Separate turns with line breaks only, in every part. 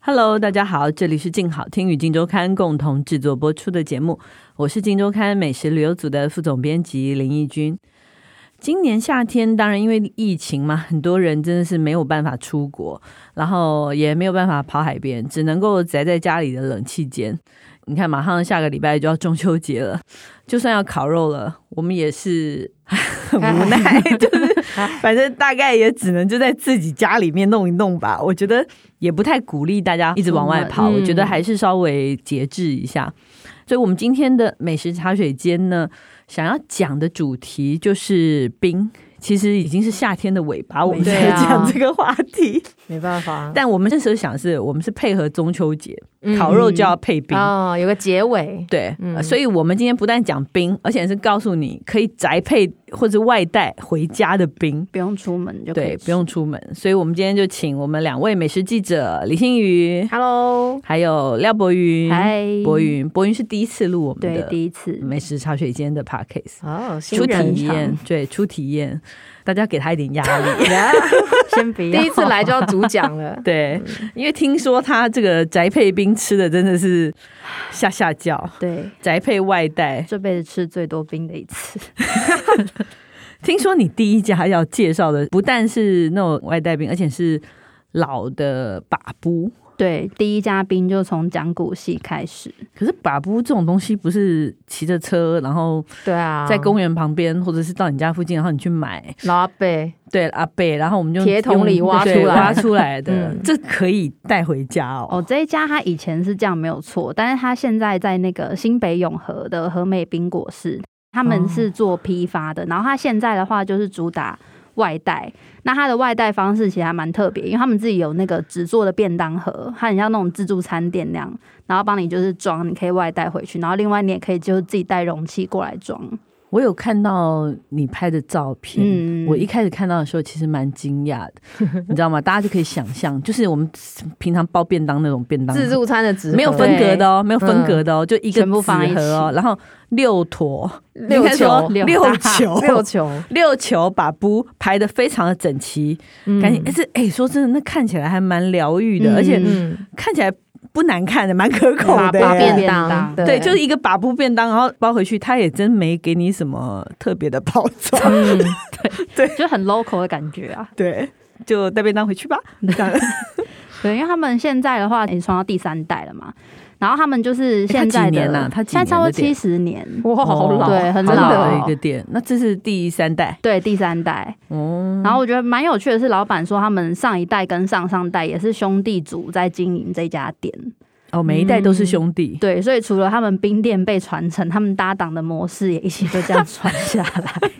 Hello，大家好，这里是静好听与静周刊共同制作播出的节目，我是静周刊美食旅游组的副总编辑林义君。今年夏天，当然因为疫情嘛，很多人真的是没有办法出国，然后也没有办法跑海边，只能够宅在家里的冷气间。你看，马上下个礼拜就要中秋节了，就算要烤肉了，我们也是 很无奈，就是反正大概也只能就在自己家里面弄一弄吧。我觉得也不太鼓励大家一直往外跑，
嗯
我觉得还是稍微节制一下。所以，我们今天的美食茶水间呢，想要讲的主题就是冰。其实已经是夏天的尾巴，我们
对
在
啊
讲这个话题。
没办法，
但我们那时候想的是，我们是配合中秋节，
嗯
烤肉就要配冰。
嗯
哦，有个结尾，
对、
嗯
呃所以我们今天不但讲冰，而且是告诉你可以宅配或者外带回家的冰，
不用出门就可以
对，不用出门。所以我们今天就请我们两位美食记者李欣瑜
Hello，
还有廖博云。
嗨，
博云，博云是第一次录我们
对
的
第一次
美食茶水间的 podcast，
哦，新
初
人
体验，对，初体验，大家给他一点压 力。，
先不要
第一次来就要主讲了
对，因为听说他这个宅配冰吃的真的是下下叫，
对。
宅配外带。
这辈子吃最多冰的一次，
听说你第一家要介绍的不但是那种外带冰，而且是老的把布。
对，第一家冰就从讲古戏开始，
可是把布这种东西不是骑着车，然后
对啊，
在公园旁边，或者是到你家附近，然后你去买，
老阿伯，
对阿贝，然后我们就
铁桶里
用
挖
对
出来
挖出来的，
嗯
这可以带回家
哦，
哦。
这一家它以前是这样没有错，但是它现在在那个新北永和的和美冰果室，他们
哦
是做批发的，然后它现在的话就是主打。外带，那它的外带方式其实还蛮特别，因为他们自己有那个纸做的便当盒，它很像那种自助餐店那样，然后帮你就是装，你可以外带回去，然后另外你也可以就是自己带容器过来装。
我有看到你拍的照片，
嗯
我一开始看到的时候其实蛮惊讶的，你知道吗？大家就可以想象，就是我们平常包便当那种便当盒
自助餐的纸盒
没有分
对
隔的哦，没有分隔的哦，就一个
全部放
纸
一
盒哦，然后六坨，
六
应该说
球
六球，
六球，
六球把布排的非常的整齐，
嗯
感觉哎这哎说真的，那看起来还蛮疗愈的，
嗯
而且
嗯，
看起来不难看的，蛮可口
把
的
把
耶。
便
便
当，
当
对，就是一个把布便当，然后包回去，他也真没给你什么特别的包装，
嗯
就很 local 的感觉啊。
对，就带便当回去吧。这样
对，因为他们现在的话已经传到第三代了嘛，然后他们就是
嗯他
现
几
在的、哎
年啊他几
现在
年
差不
的
多
店
七十年，
哇，好哦 老，
对很
好
老哦
的一个店，那这是第三代
对第三代。
哦。
然后我觉得蛮有趣的是，老板说他们上一代跟上上代也是兄弟组在经营这家店，
哦，每一代都是
嗯
兄弟，
对，所以除了他们冰店被传承，他们搭档的模式也一起就这样传下 来，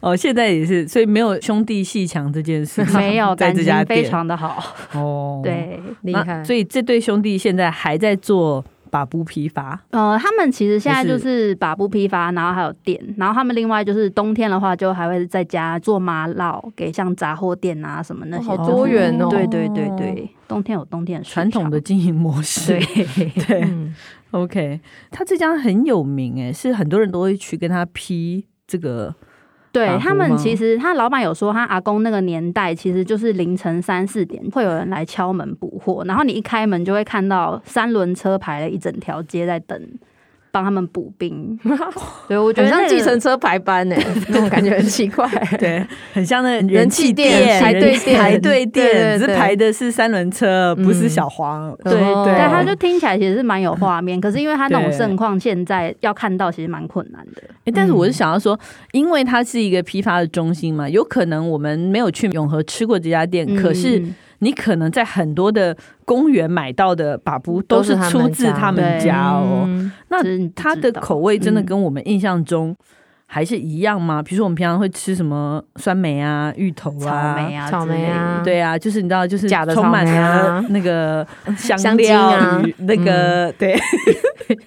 哦，现在也是，所以没有兄弟戏强这件事情，
没有
在
感
这
情
家
非
店
常的好，
哦，
对。
厉
那
害，
所以这对兄弟现在还在做把布批发，
呃，他们其实现在
就
就是是把布批发，然后还有店，然后他们另外就是冬天的话，就还会在家做麻烙，给像杂货店啊什么那
哦
些
好
东西。
多元哦
对对对对，冬天有冬天的市
传统的
场
经营模式。
对
对、
嗯
o k 他这家很有名哎，是很多人都会去跟他批这 个打
对，
呼
他们
吗
其实他老板有说，他阿公那个年代其实就是凌晨三四点会有人来敲门补货，然后你一开门就会看到三轮车排了一整条街在等帮他们补 兵。对，我觉
很
得那
像
个
计程车排班 呢，那种感觉很奇 怪，
对，很像那
人气店排队店
排队
对对
店，只
对
是排的是三轮车，不是小黄。
嗯
对
哦
对，但他就听起来其实是蛮有画面，可是因为他那种
对
盛况，现在要看到其实蛮困难的。
诶但是我是想要说，因为它是一个批发的中心嘛，有可能我们没有去永和吃过这家店，可是
嗯
你可能在很多的公园买到的把布
都
都
是
是
他们
出自
家
他们
对
家哦。
嗯
那
只是你不
它
知
的
道
口味真的跟我们印象中还是一样吗？比如说我们平常会吃什么酸梅啊、芋头
草
啊、
莓啊之类的，
草莓啊
对啊，就是你知道，就是
假的
充满
草莓啊
了那个香
香
料
精啊
与那个对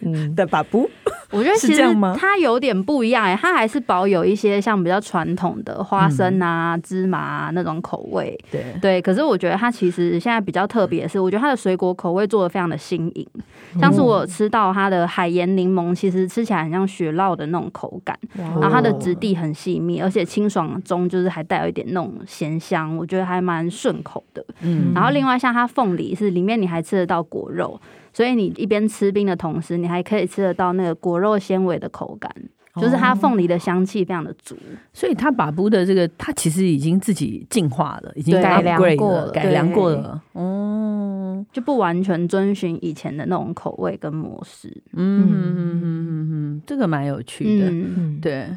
嗯，
的把布，
我觉得
是
其
这
实
样吗
它有点不一样哎、它还是保有一些像比较传统的花生啊、芝麻啊那种口味。
对，
对，可是我觉得它其实现在比较特别的是，我觉得它的水果口味做的非常的新颖。像是
嗯
我有吃到它的海盐柠檬，其实吃起来很像雪酪的那种口感，然
然
后它的
哦
质
哦
地很细密，而且清爽中就是还带有一点那种咸香，我觉得还蛮顺口的。
嗯
然后另外像它凤梨是里面你还吃得到果肉，所以你一边吃冰的同时，你还可以吃得到那个果肉纤维的口感，就是它凤梨的香气非常的足。
所以它把布的这个，它其实已经自己进化了，已经
对
upgrade
改良过
了，
了
改良过了。哦，
就不完全遵循以前的那种口味跟模式。
嗯嗯嗯嗯嗯，这个蛮有趣的。
嗯，
嗯，
对，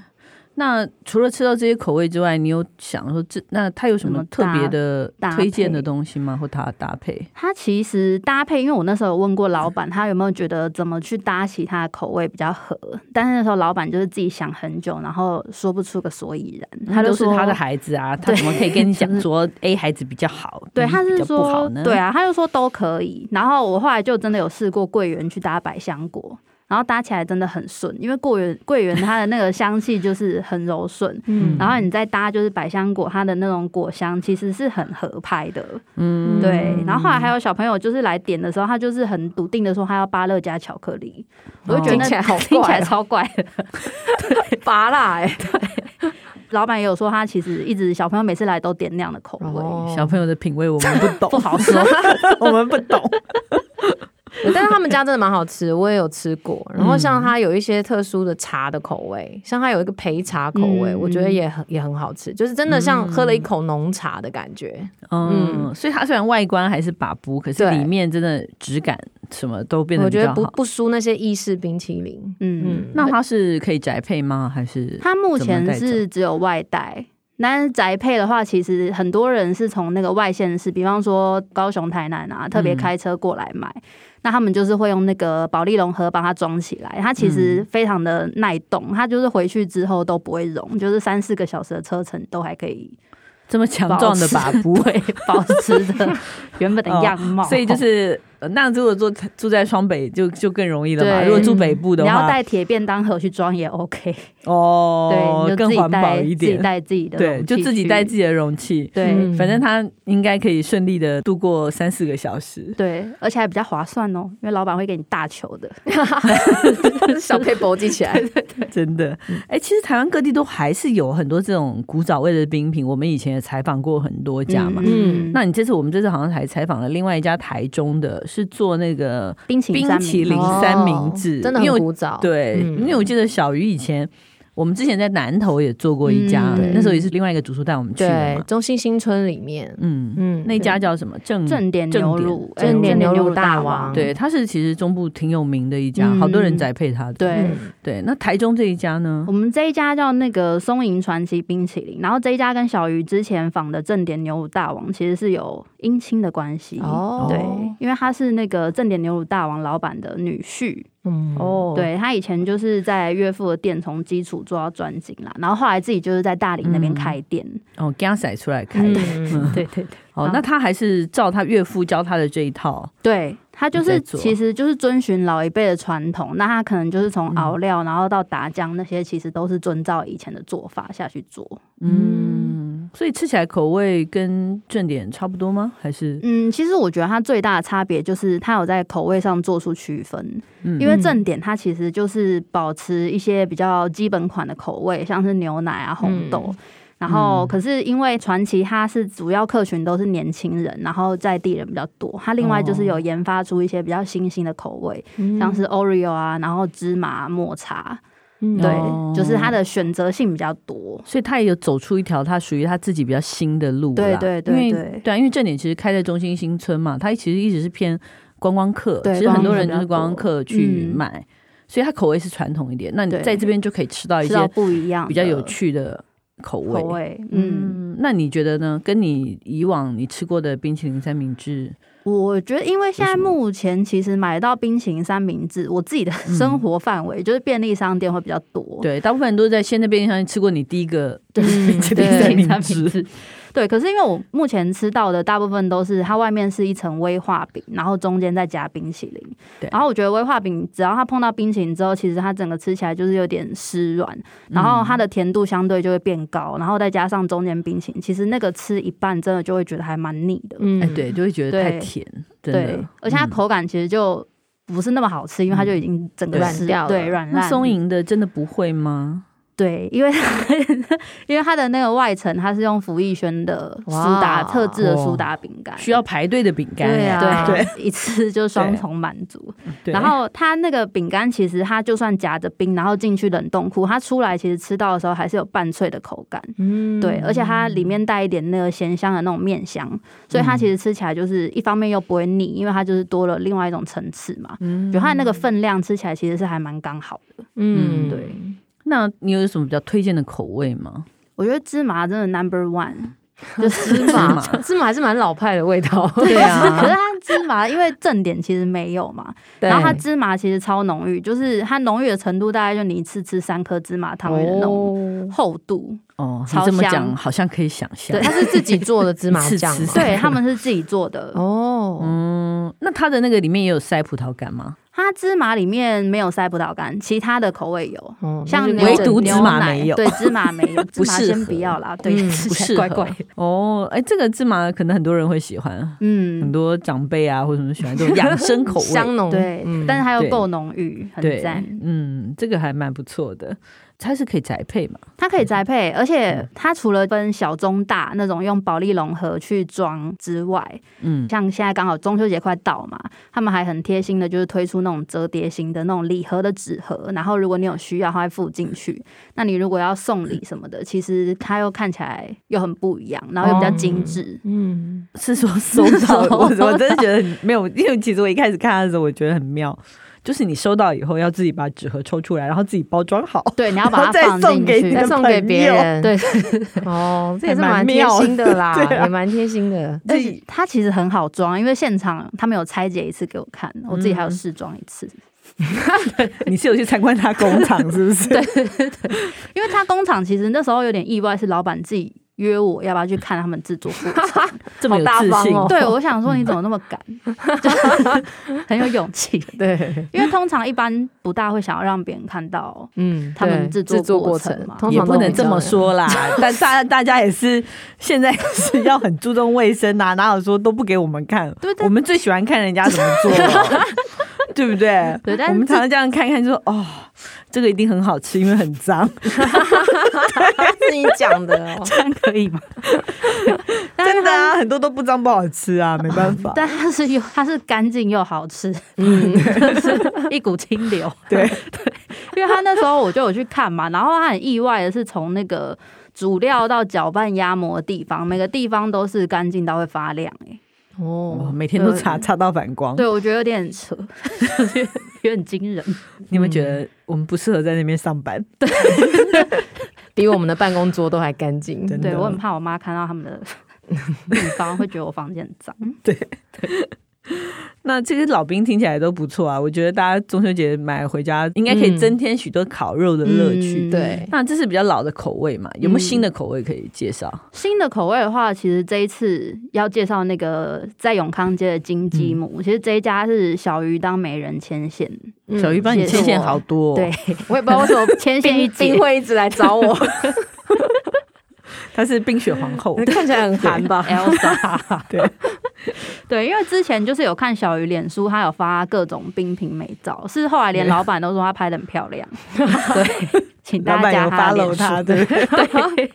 那除了吃到这些口味之外，你有想说这那它有什么特别的
搭搭配
推荐的东西吗？或它的搭配？
它其实搭配，因为我那时候有问过老板，他有没有觉得怎么去搭其他的口味比较合，但是那时候老板就是自己想很久，然后说不出个所以嗯然，他
都
就是说
他的孩子啊，他
对
怎么可以跟你讲说 A 孩子比较好？
对，
B
他
嗯比
是
较不好
说
呢？，
对啊，他就说都可以。然后我后来就真的有试过桂圆去搭百香果，然后搭起来真的很顺，因为桂圆桂圆它的那个香气就是很柔顺，
嗯
然后你再搭就是百香果，它的那种果香其实是很合拍的，
嗯
对。然后后来还有小朋友就是来点的时候，他就是很笃定的说他要芭乐加巧克力，我就
哦
觉得
听
那
起来好
听起
怪
来
哦
超怪的。
拔啦，哎，
老板也有说他其实一直小朋友每次来都点那样的口味，
哦嗯
小朋友的品味我们不懂，不好 说，我们不懂。
对但是他们家真的蛮好吃，我也有吃过。然后
嗯
像它有一些特殊的茶的口味，像它有一个焙茶口味，
嗯
我觉得也很也很好吃，就是真的像喝了一口浓茶的感觉。
嗯，所以它虽然外观还是把布，可是
对
里面真的质感什么都变得
我
比
觉
较
得
好
不。不输那些意式冰淇淋。
嗯
嗯，
那它是可以宅配吗？还是
它目
怎么
前
带走
是只有外带，但是宅配的话，其实很多人是从那个外县市，比方说高雄、台南啊，特
嗯
别开车过来买。那他们就是会用那个保利龙盒把它装起来，它其
嗯
实非常的耐冻，它就是回去之后都不会融，就是三四个小时的车程都还可以
这么强壮的把布？
对保持着 原本的样貌。
哦所以就是，呃那如果住住在双北就就更容易了嘛。
对
如果住北部的
你要
话，
带铁便当盒去装也 OK，、
哦
对，，你就
更
自己
环保
带
一
自己
点，
带自己的容
对，
器
就自己带自
去
己的容器。
对。
嗯
反正它应该可以顺利的度过三四个小时。
对，而且还比较划算哦，因为老板会给你大球的。
小配博记起来，
真的，
嗯
哎、其实台湾各地都还是有很多这种古早味的冰品，我们以前也采访过很多家嘛。
嗯
那你这次我们这次好像还采访了另外一家台中的，是做那个
冰淇淋
冰
三明
淇淋三明治，
哦真的
因为
很
我
古早。
对，
嗯
因为我记得小鱼以前我们之前在南头也做过一家，
嗯
那时候也是另外一个主厨带我们去的
对
嘛，，
中心新村里面，
嗯，
嗯，
那家叫什么正
正点牛乳，哎
正点
牛
牛乳
乳
大
王
王。
对，它是其实中部挺有名的一家，
嗯
好多人宅配它的。
对，哦
嗯
对，那台中这一家呢
我？们这一家叫那个松营传奇冰淇淋，然后这一家跟小鱼之前仿的正点牛乳大王其实是有姻亲的关系。
哦，
对，因为他是那个正点牛乳大王老板的女婿，
嗯，
哦，
对他以前就是在岳父的店从基础做到专精啦，然后后来自己就是在大理那边开店，
哦，给它甩出来开
嗯
的。
嗯
对对对。
哦，那他还是照他岳父教他的这一套。
对，他就
在
是
做
其实就是遵循老一辈的传统，那他可能就是从
嗯
熬料，然后到打浆那些，其实都是遵照以前的做法下去做。
嗯，所以吃起来口味跟正点差不多吗？还是
嗯，其实我觉得它最大的差别就是它有在口味上做出区分，
嗯
因为正点它其实就是保持一些比较基本款的口味，像是牛奶啊、红豆。
嗯
然后，可是因为传奇它是主要客群都是年轻人，然后在地人比较多。它另外
哦
就是有研发出一些比较新兴的口味，
嗯
像是 Oreo 啊，然后芝麻抹茶，
嗯
对，
哦
就是它的选择性比较多。
所以他也有走出一条他属于他自己比较新的路啦。
对对对
因为
对
对啊，因为正点其实开在中心新村嘛，他其实一直是偏观光客，
对
其实很多人
观光客比
就
较
是观光客去
嗯
买，所以他口味是传统一点。那你
对
在这边就可以吃到一
吃到
些
不一样，
比较有趣的口味。
口味。嗯，
嗯，那你觉得呢？跟你以往你吃过的冰淇淋三明治
我觉得，因为现在目前其实买到冰淇淋三明治，我自己的
嗯
生活范围就是便利商店会比较多。
对，大部分人都在现在便利商店吃过你第一个
嗯
这
对
边三明
三明
治，
对，嗯可是因为我目前吃到的大部分都是它外面是一层威化饼，然后中间再加冰淇淋。
对
然后我觉得威化饼只要它碰到冰淇淋之后，其实它整个吃起来就是有点湿软，
嗯
然后它的甜度相对就会变高，然后再加上中间冰淇淋，其实那个吃一半真的就会觉得还蛮腻的。
嗯
哎，对，就会觉得太
对
甜，真
对
的，。
而且它
嗯
口感其实就不是那么好吃，因为它就已经整个
对
湿
软掉了
对，软
那
烂。
松营的真的不会吗？
对，因为 因为它的那个外层它是用福逸轩的苏
哇
打特制的苏打饼干，
需要排队的饼干
对
哎，
啊
对， 一次就双重满足。
对
然后它那个饼干其实它就算夹着冰，然后进去冷冻库，它出来其实吃到的时候还是有半脆的口感。
嗯
对，而且它里面带一点那个咸香的那种面香，所以它其实吃起来就是一方面又不会腻，因为它就是多了另外一种层次嘛。
嗯
就它的那个分量吃起来其实是还蛮刚好的。
嗯
对，
那你有什么比较推荐的口味吗？
我觉得芝麻真的 number one，
就是芝
麻
麻，芝麻还是蛮老派的味道。
对啊
可是它芝麻因为正点其实没有嘛，
对
然后它芝麻其实超浓郁，就是它浓郁的程度大概就你一次吃三颗芝麻汤圆的那种
哦，
厚度。
哦，你
超
这么讲
香
好像可以想象
对。
它是自己做的芝麻酱
一次
吗
吃
对，他们是自己做的。
哦，
嗯，那它的那个里面也有塞葡萄干吗？
它芝麻里面没有塞葡萄干，其他的口味有，
哦
像
那就
牛
唯独芝麻
牛奶
没有
对，芝麻 没有，芝
不
麻
适
先
合
不要啦，对，
嗯
吃
不
起来
适合
怪怪的。
哦，哎，这个芝麻可能很多人会喜欢，很
嗯，
多长辈啊或者什么喜欢这种养生口味。
香浓，
对，
嗯
但是它又
对
够浓郁，很
对
赞。，
嗯，这个还蛮不错的，它是可以宅配嘛？
它可以宅配，而
嗯
且它除了分小、中、大那种用保利龙盒去装之外，
嗯，
像现在刚好中秋节快到嘛，他们还很贴心的，就是推出那种折叠型的那种礼盒的纸盒，然后如果你有需要，它会附进去。那你如果要送礼什么的，其实它又看起来又很不一样，然后又比较精致。
嗯，
是说收到，
收 到
我我真的觉得 很没有，因为其实我一开始看它的时候，我觉得很妙，就是你收到以后要自己把纸盒抽出来，然后自己包装好。
对，你要
然
把
后
它
再
放
送
进
给你
去
的
再。送给别人，
对，
哦，这也是
还蛮
蛮贴
妙的
心的啦，
对啊
也蛮贴心的。
而且它其实很好装，因为现场他们有拆解一次给我看，我自己还有
嗯
试装一次。
你是有去参观它工厂是不是？对，
因为他工厂其实那时候有点意外，是老板自己约我要不要去看他们制作过程。
这么有自
好大
信
方哦
对，我想说你怎么那么 敢，就是很有勇气。
对，
因为通常一般不大会想要让别人看到，
嗯，
他们
对
制作
制作
过
过
程
程
嘛
通
也
常
不
都
能
比
这
较
么说 啦。但大大家也是现在是要很注重卫生 啊，哪有说都不给我们看？
对但
我们最喜欢看人家怎 么做了，对不对？
对但是
我们常常这样看看就说，哦，这个一定很好吃，因为很脏。
是你讲的哦，
这样可 以吗？
真的啊，很多都不脏不好吃 啊，没办法。
但它是有，它是干净又好 吃，
嗯，
一股清流。
对，
因为他那时候我就有去看嘛，然后他很意外的是从那个主料到搅拌压模的地方，每个地方都是干净到会发亮、欸。
哇，
哦，
每天都擦擦到反光。
对，我觉得有点扯， 有点惊人。
你们觉得我们不适合在那边上班？
比我们的办公桌都还干净。
真的
对我很怕我妈看到他们的地方，会觉得我房间很脏。
那这些老兵听起来都不错啊，我觉得大家中秋节买回家应该可以增添许多烤肉的乐趣。
嗯
对，
那这是比较老的口味嘛，有没有新
嗯
的口味可以介绍？
新的口味的话，其实这一次要介绍那个在永康街的金鸡母，其实这一家是小鱼当媒人牵线，
嗯
小鱼帮你
谢谢
牵线好多、哦，
对，
我也不知道为什 么
牵线一
冰
姐
冰。 会一直来找我，
她是冰雪皇后，啊
看起来很寒吧？
Elsa，
对
对，因为之前就是有看小鱼脸书，她有发各种冰品美照，是后来连老板都说她拍的很漂 亮，对，请
老
大家
板有
加她
follow
的脸书
她，对，
对。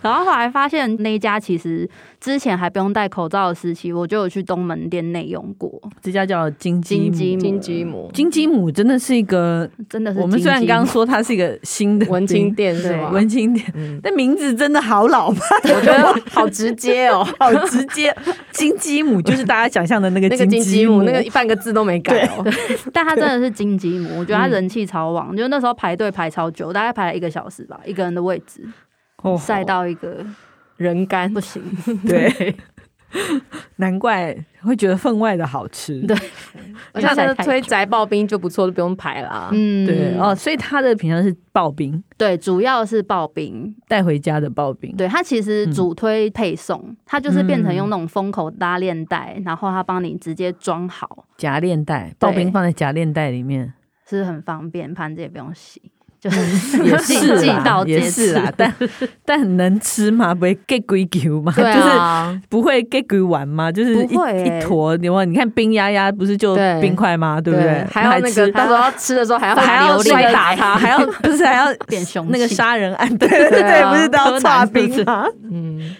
然后后来发现那一家其实之前还不用戴口罩的时期，我就有去东门店内用过
这家叫金鸡
金
母。
金
鸡母，
鸡母，
金鸡母真的是一个，
真的是
我们虽然
金鸡母
刚刚说它是一个新的
文青
冰
店是
对
吗？
文青店，
嗯，
但名字真的好老派，
我觉得好直接哦，
好直接。金鸡母就是大家想象的那个
那个 金
鸡
鸡母，那个半个字都没改哦。
但他真的是金鸡母，我觉得他
嗯
人气超旺，就那时候排队排超久，大概排了一个小时吧，一个人的位置
哦
晒到一个
人干
不行。
对，难怪会觉得分外的好吃。
对
我下次
太
推
久
宅刨冰就不错，就不用排啦。
嗯
对哦，，所以它的品相是刨冰，
对，主要是刨冰，
带回家的刨冰。
对它其实
嗯
主推配送，它就是变成用那种封口拉链袋，然后它帮你直接装好，
夹链袋，刨冰
对
放在夹链袋里面
是很方便，盘子也不用洗，就是
也
寄
是
寄
啦，
到
也
街
是
吃
啦，但但能吃吗？不会 get 鬼球吗？
对
就是
啊，
不会 get 鬼玩吗？就是一
不会欸
一坨，你看你看冰压压不是就
对
冰块吗？对不对？
还要那个
吃
到时候要吃的时候还要
还要
留
摔
恋
打他，还要 不是还要
变凶器
那个杀人案，对对对，
对啊
不是都要
柯南
刷
是不
冰
是
吗？
嗯，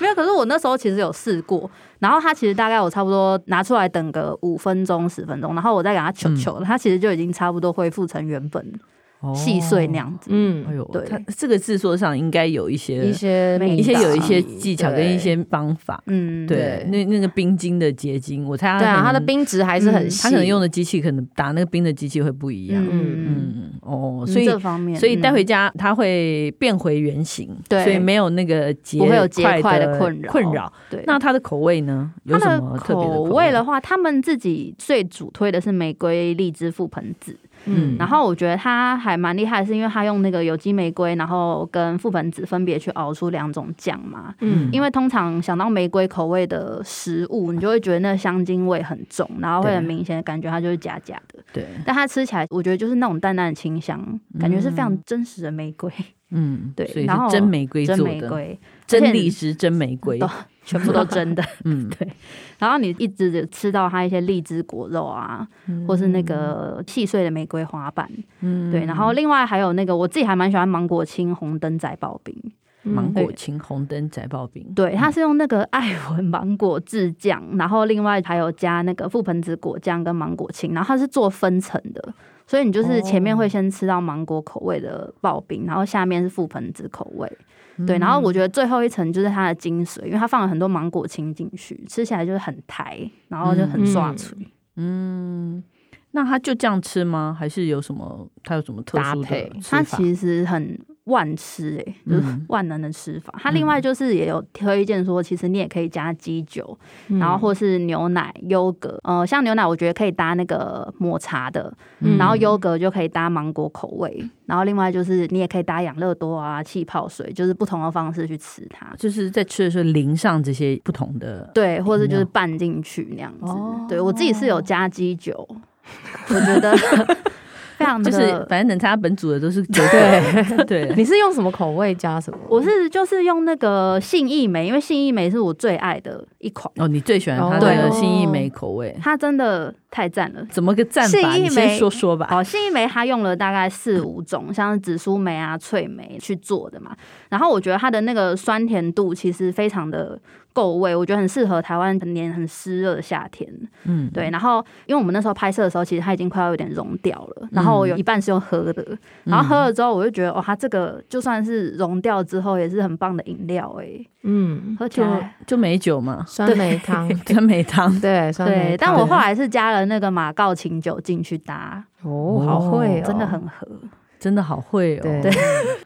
没有，可是我那时候其实有试过，然后它其实大概我差不多拿出来等个五分钟十分钟，然后我再给它球球，它其实就已经差不多恢复成原本细碎那样子。
嗯
哎，呦，
对
它这个制作上应该有一些
一些
一
一些
技巧
有一些技巧跟
对
一些方法。
嗯，
对，那那个冰晶的结晶，我猜它
对啊，
可
它的
能
冰质还是很
嗯
细，
它可能用的机器可能打那个冰的机器会不一样。
嗯嗯嗯，
嗯嗯哦，
嗯
所以
这方面，
所以带回
嗯
家它会变回原形，
对
所以没有那个结
不会有结
块
块的困扰
困扰。
对
那它的口味呢？有
它
什
的
么特别的
口味的话，他们自己最主推的是玫瑰荔枝覆盆子，
嗯
然后我觉得它还蛮厉害，是因为它用那个有机玫瑰，然后跟覆盆子分别去熬出两种酱嘛。
嗯
因为通常想到玫瑰口味的食物，你就会觉得那香精味很重，然后会很
对
明显的感觉它就是假假的。
对，
但它吃起来，我觉得就是那种淡淡的清香，感觉是非常真实的玫瑰，
嗯，
对
所以
然
是
后
真玫瑰
真
做
玫
的，
瑰，
真理石真玫瑰
都，全部都 真的。
嗯，
然后你一直吃到它一些荔枝果肉啊，或是那个细碎的玫瑰花瓣，
嗯
对。然后另外还有那个我自己还蛮喜欢芒果青红灯仔刨冰，
嗯
芒果
嗯对
青红灯宅刨冰，
对，它是用那个爱文 芒果制酱，然后另外还有加那个覆盆子果酱跟芒果青，然后它是做分层的，所以你就是前面会先吃到芒果口味的刨冰，然后下面是覆盆子口味。对，然后我觉得最后一层就是它的精髓，因为它放了很多芒果青进去，吃起来就是很台，然后就很刷
嗯
嘴。
嗯，那它就这样吃吗？还是有什么它有什么特殊
搭配
的吃
它
法？
其实很万吃诶、就是
嗯
万能的吃法。它另外就是也有推荐说，其实你也可以加鸡酒，
嗯
然
嗯
后或是牛奶、优格。呃，像牛奶我觉得可以搭那个抹茶的，
嗯
然后优格就可以搭芒果口味，然后另外就是你也可以搭养乐多啊、气泡水，就是不同的方式去吃它。
就是在吃的时候淋上这些不同的，
对，或者
饮
就是
料
拌进去那样子。
哦
对我自己是有加鸡酒，我 觉得非常的，
就是反正能参加本组的都是酒鬼， 对，
你是用什么口味加什么？
我是就是用那个信义梅，因为信义梅是我最爱的一款，
哦，你最喜欢它
哦
的
对
新意梅口味，
它真的太赞了。
怎么个赞
信
法？
义
你先
梅
说说吧。
哦，信义梅它用了大概四五种，像是紫苏梅啊、脆梅去做的嘛。然后我觉得它的那个酸甜度其实非常的够味，我觉得很适合台湾年很湿热的夏天。
嗯，
对，然后因为我们那时候拍摄的时候，其实它已经快要有点融掉了，然后我有一半是用喝的，然后喝了之后我就觉得，哦，它这个就算是融掉之后也是很棒的饮料哎、
嗯，
喝起
就
来
就梅酒 嘛，
酸梅汤，
真梅汤。
对，酸梅
对，但
汤
我后来是加了那个马告琴酒进去搭，
哦，好会哦，
真的很合。
真的好会哦。
对，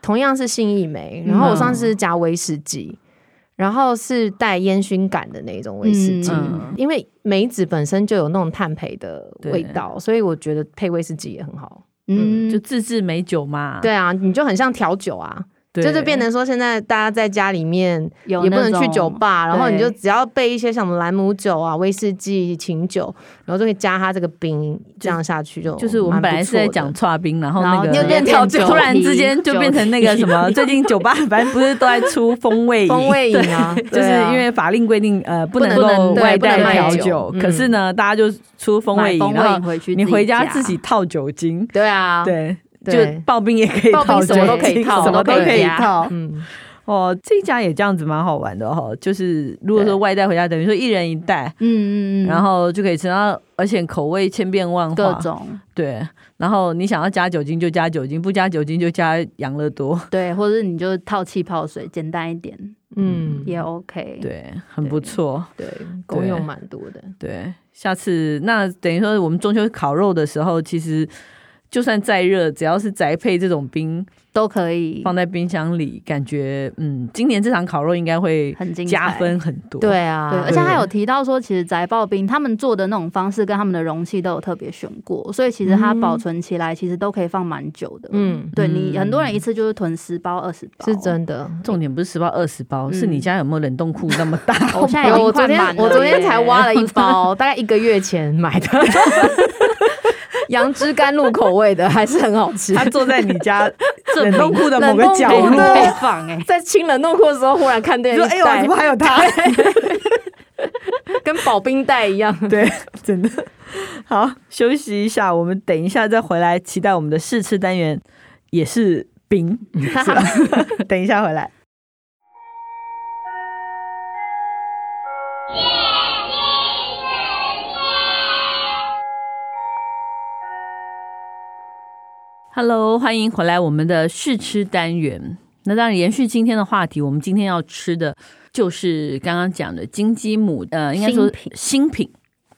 同样是信义梅，然后我上次是加威士忌，然后是带烟熏感的那种威士忌，
嗯
因为梅子本身就有那种炭焙的
对
味道，所以我觉得配威士忌也很好。
嗯，
就自制美酒嘛。
对啊，你就很像调酒啊，
对，
就是变成说现在大家在家里面
有
也不
那
能去酒
种，
吧，然后你
对
就只要备一些像什么兰姆酒啊、威士忌、琴酒，然后就可以加它这个冰，这样下去就
就是我们
哦蛮不
本来是在
错的
讲刨冰，然后
然
那
后
个
就变
调酒
突然之间就
酒
变成那个什么，最近酒吧反正不是都在出风味饮
风味饮啊，
就
对
是
啊
因为法令规定，呃，不
不
能
能
够
对
外
不能
带
卖
调
酒
酒。
嗯
可是呢，大家就出风味
买风
饮，然
味
后
回去，
你回家自己。套酒精，
对啊，
对，就
对
刨冰也可以
刨
套
冰
酒
什
精，
么都可以套
什么都可以
什么都可以
套。
嗯，
哦，这家也这样子蛮好玩的哦，就是如果
对
说外带回家，等于说一人一袋，
嗯嗯嗯，
然后就可以吃到，而且口味千变万化，
各种
对。然后你想要加酒精就加酒精，不加酒精就加养乐多，
对，或者你就套气泡水，简单一点
嗯，
也 OK。，
对，很不错，
对，功用蛮多的。
对。下次那等于说我们中秋烤肉的时候，其实就算再热，只要是宅配这种冰
都可以，
放在冰箱里，感觉嗯，今年这场烤肉应该会
很精彩
加分很多。
对啊，
对，而且他有提到说，其实宅刨冰他们做的那种方式跟他们的容器都有特别选过，所以其实它
嗯
保存起来其实都可以放蛮久的。嗯，
嗯，
对你
嗯
很多人一次就是囤十包、二十包，
是。真的。
重点不是十包二十包，
嗯
是你家有没有冷冻库那么大？
我现在已
有我
经
昨
快满
天
了
我昨天
耶
才挖了一 包，大概一个月前买的， 杨枝甘露口味的，还是很好 吃。
它坐在你家冷冻库的某个角
对
冷冻库
落
的。
可以放哎、
在清冷冻库的时候，忽然看
你
见
说
一
哎呦，
袋
怎么，还有它？
跟保冰袋 一样。
对，真的。好，休息一下，我们等一下再回来，期待我们的试吃单元也是冰。 等一下回来。Hello，欢迎回来我们的试吃单元。那当然，延续今天的话题，我们今天要吃的就是刚刚讲的金鸡母，呃，应该说
新品
新品。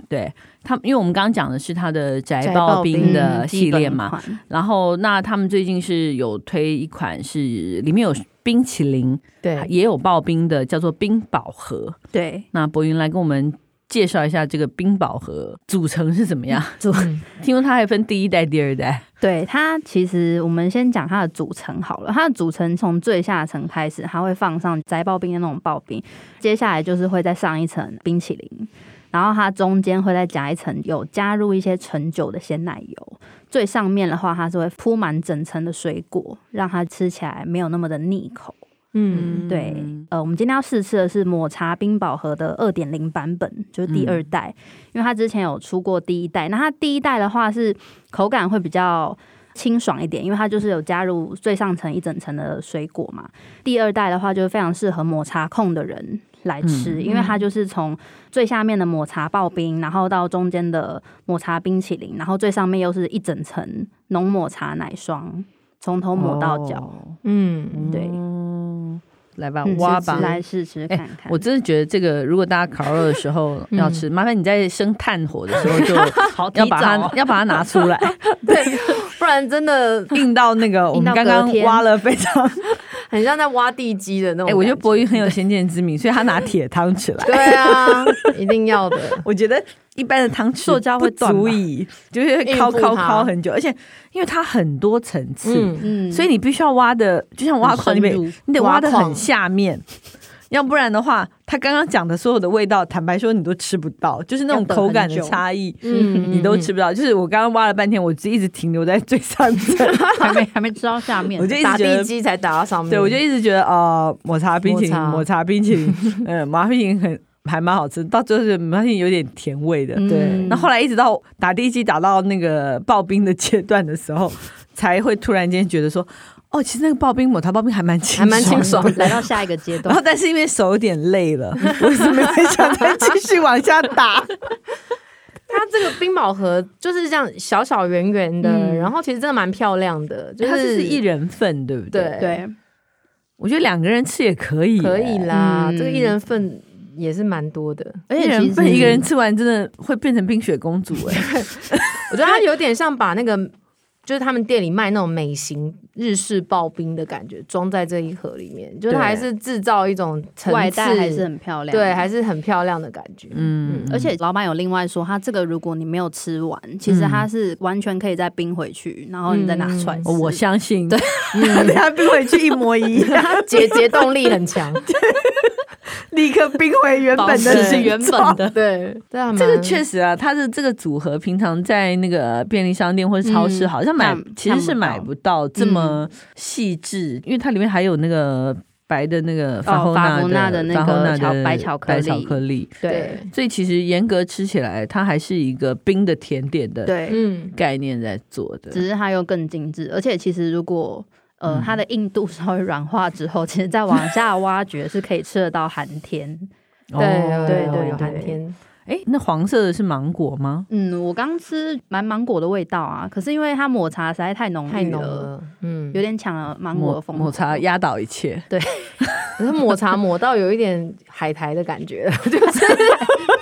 对他们，因为我们刚刚讲的是它的宅
宅
爆
爆
冰
冰
的系列嘛，
嗯基本款
然后，那他们最近是有推一款是里面有冰淇淋，
对，
也有刨冰的，叫做冰宝盒。
对，
那博云来跟我们介绍一下这个冰宝盒组成是怎么样？
嗯
听说它还分第一代、第二代。
对它其实我们先讲它的组成好了，它的组成从最下层开始，它会放上宅刨冰的那种刨冰，接下来就是会再上一层冰淇淋，然后它中间会再加一层有加入一些陈酒的鲜奶油，最上面的话它是会铺满整层的水果，让它吃起来没有那么的腻口。
嗯，
对，呃，我们今天要试吃的是抹茶冰宝盒的二点零版本，就是第
嗯
二代，因为它之前有出过第一代。那它第一代的话是口感会比较清爽一点，因为它就是有加入最上层一整层的水果嘛。第二代的话就非常适合抹茶控的人。来
嗯
吃，因为它就是从最下面的抹茶刨冰，然后到中间的抹茶冰淇淋，然后最上面又是一整层浓抹茶奶霜，从头抹到脚。
哦
嗯，
对，
嗯来吧
嗯，
挖
试吃
吧。
来试吃看看。
我真的觉得这个，如果大家烤肉的时 候要
嗯
吃，麻烦你在生炭火的时候就
啊
要把它要把它拿出 来，
不然真的
硬到那个我们刚
硬到隔
刚
天
挖了非常
很像在挖地基的那种
哎、
感。
我觉得博宇很有先见之明，所以他拿铁汤匙 来。
对 啊，一定要的。
我觉得一般的汤匙
塑胶会
不
断吧
足以，就是会
应
敲
付它
敲敲很久，而且因为它很多层次，
嗯，
嗯
所以你必须要挖的，就像挖矿，你得你得挖的
挖
很
矿
下面。 要不然的话，他刚刚讲的所有的味道，坦白说你都吃不到，就是那种
要等
口感的
很久
差异，
嗯
你都吃不到。就是我刚刚挖了半天，我只一直停留在最上层，
还没还没吃到下面，
我就一直
打
觉得
地基才打到上面。
对，我就一直觉得呃，抹茶冰淇淋，
嗯抹茶
抹茶冰淇 淋，嗯，抹茶冰淇淋很还蛮好吃，到最后是抹茶冰淇淋有点甜味
嗯
的。
对
那、后来一直到打第一季打到那个刨冰的阶段的时候，才会突然间觉得说，哦，其实那个刨冰抹茶刨冰还蛮清
还蛮清
爽
爽
的。
来到下一个阶
然
段
后，，但是因为手有点累了，我一直没有想再继续往下打。
它这个冰宝盒就是这样小小圆圆的，
嗯
然后其实真的蛮漂亮的，就
它
是
是一人份，对不对？
对
对，
我觉得两个人吃也可以耶，
可以啦，
嗯
这个一人份也是蛮多的。
而
一
且
人
其
份
实
一个人吃完真的会变成冰雪公主哎。
我觉得它有点像把那个就是他们店里卖那种美型日式刨冰的感觉装在这一盒里面，就是
对
还是制造一种层次，
外带还是很漂亮，
对，还是很漂亮的感觉。
嗯，
而且老板有另外说，他这个如果你没有吃完，其实它是完全可以再冰回去，然后你再拿出来吃。
嗯我相信，对，
嗯
他冰回去一模一 样，
节节动力很强，
立刻冰回原本
保
的
持
形
原本
状。
的
对，对啊，
这个
蛮
确实啊，它的这个组合，平常在那个便利商店或者超市，
嗯
好像买
看
其实是
看不到
买不到这么细致，因为它里面还有那个白的那个法
哦法
欧
芙
纳
纳的那
法
个
欧纳
巧
的
白巧克
白
力
巧克力。
对
对，
所以其实严格吃起来，它还是一个冰的甜点的
对，
嗯，
概念在做的。
只是它又更精致，而且其实如果。呃，它的硬度 稍微软化之后，其实再往下挖掘是可以吃得到寒天。
对
哦
对对
有寒天，
哎，那黄色的是芒果吗？
嗯，我刚吃蛮芒果的味道啊，可是因为它抹茶实在太浓郁
太浓，了，嗯，
有点抢了芒果的
抹
风头。
抹茶压倒一切。
可是抹茶抹到有一点海苔的感觉，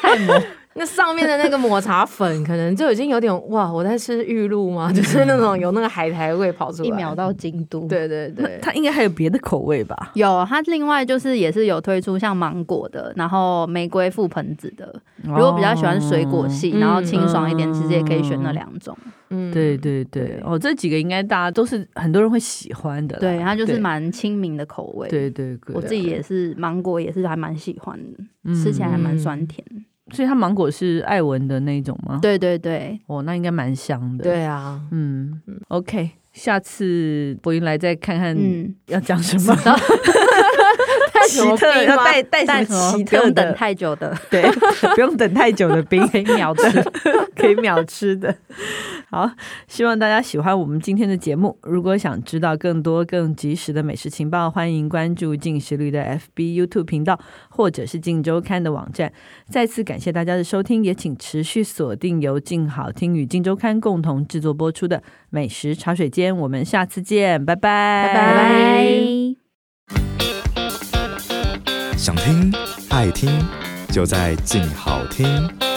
太浓，
那上面的那个抹茶粉，可能就已经有点哇，我在吃玉露吗？ 就是那种有那个海苔味跑出来。
一秒，到京都。，
对对对，
它应该还有别的口味吧？
有它另外就是也是有推出像芒果的，然后玫瑰覆盆子的。
哦
如果比较喜欢水果系，
哦
然后清爽一点，
嗯
其实也可以选那两种。
嗯，
对对对，哦，这几个应该大家都是很多人会喜欢的啦。
对，它就是蛮亲民的口味。，
对对对，
我自己也是芒果，也是还蛮喜欢的，
嗯
吃起来还蛮
嗯
酸甜。
所以它芒果是艾文的那一种吗？，
对对对，
哦，那应该蛮香的。，
对啊，
嗯，OK，下次博云来再看看
嗯，
要讲什么，
带
奇特要带带
带
什
什
么
么
奇
不
特
用等
的，
太久的。
对，不用等太久的冰，
可以秒吃。
可以秒吃的。好，希望大家喜欢我们今天的节目。如果想知道更多更及时的美食情报，欢迎关注进食率的 FB、YouTube 频道，或者是静周刊的网站。再次感谢大家的收听，也请持续锁定由静好听与静周刊共同制作播出的《美食茶水间》，我们下次见，拜拜，
拜拜
想听爱听，就在静好听。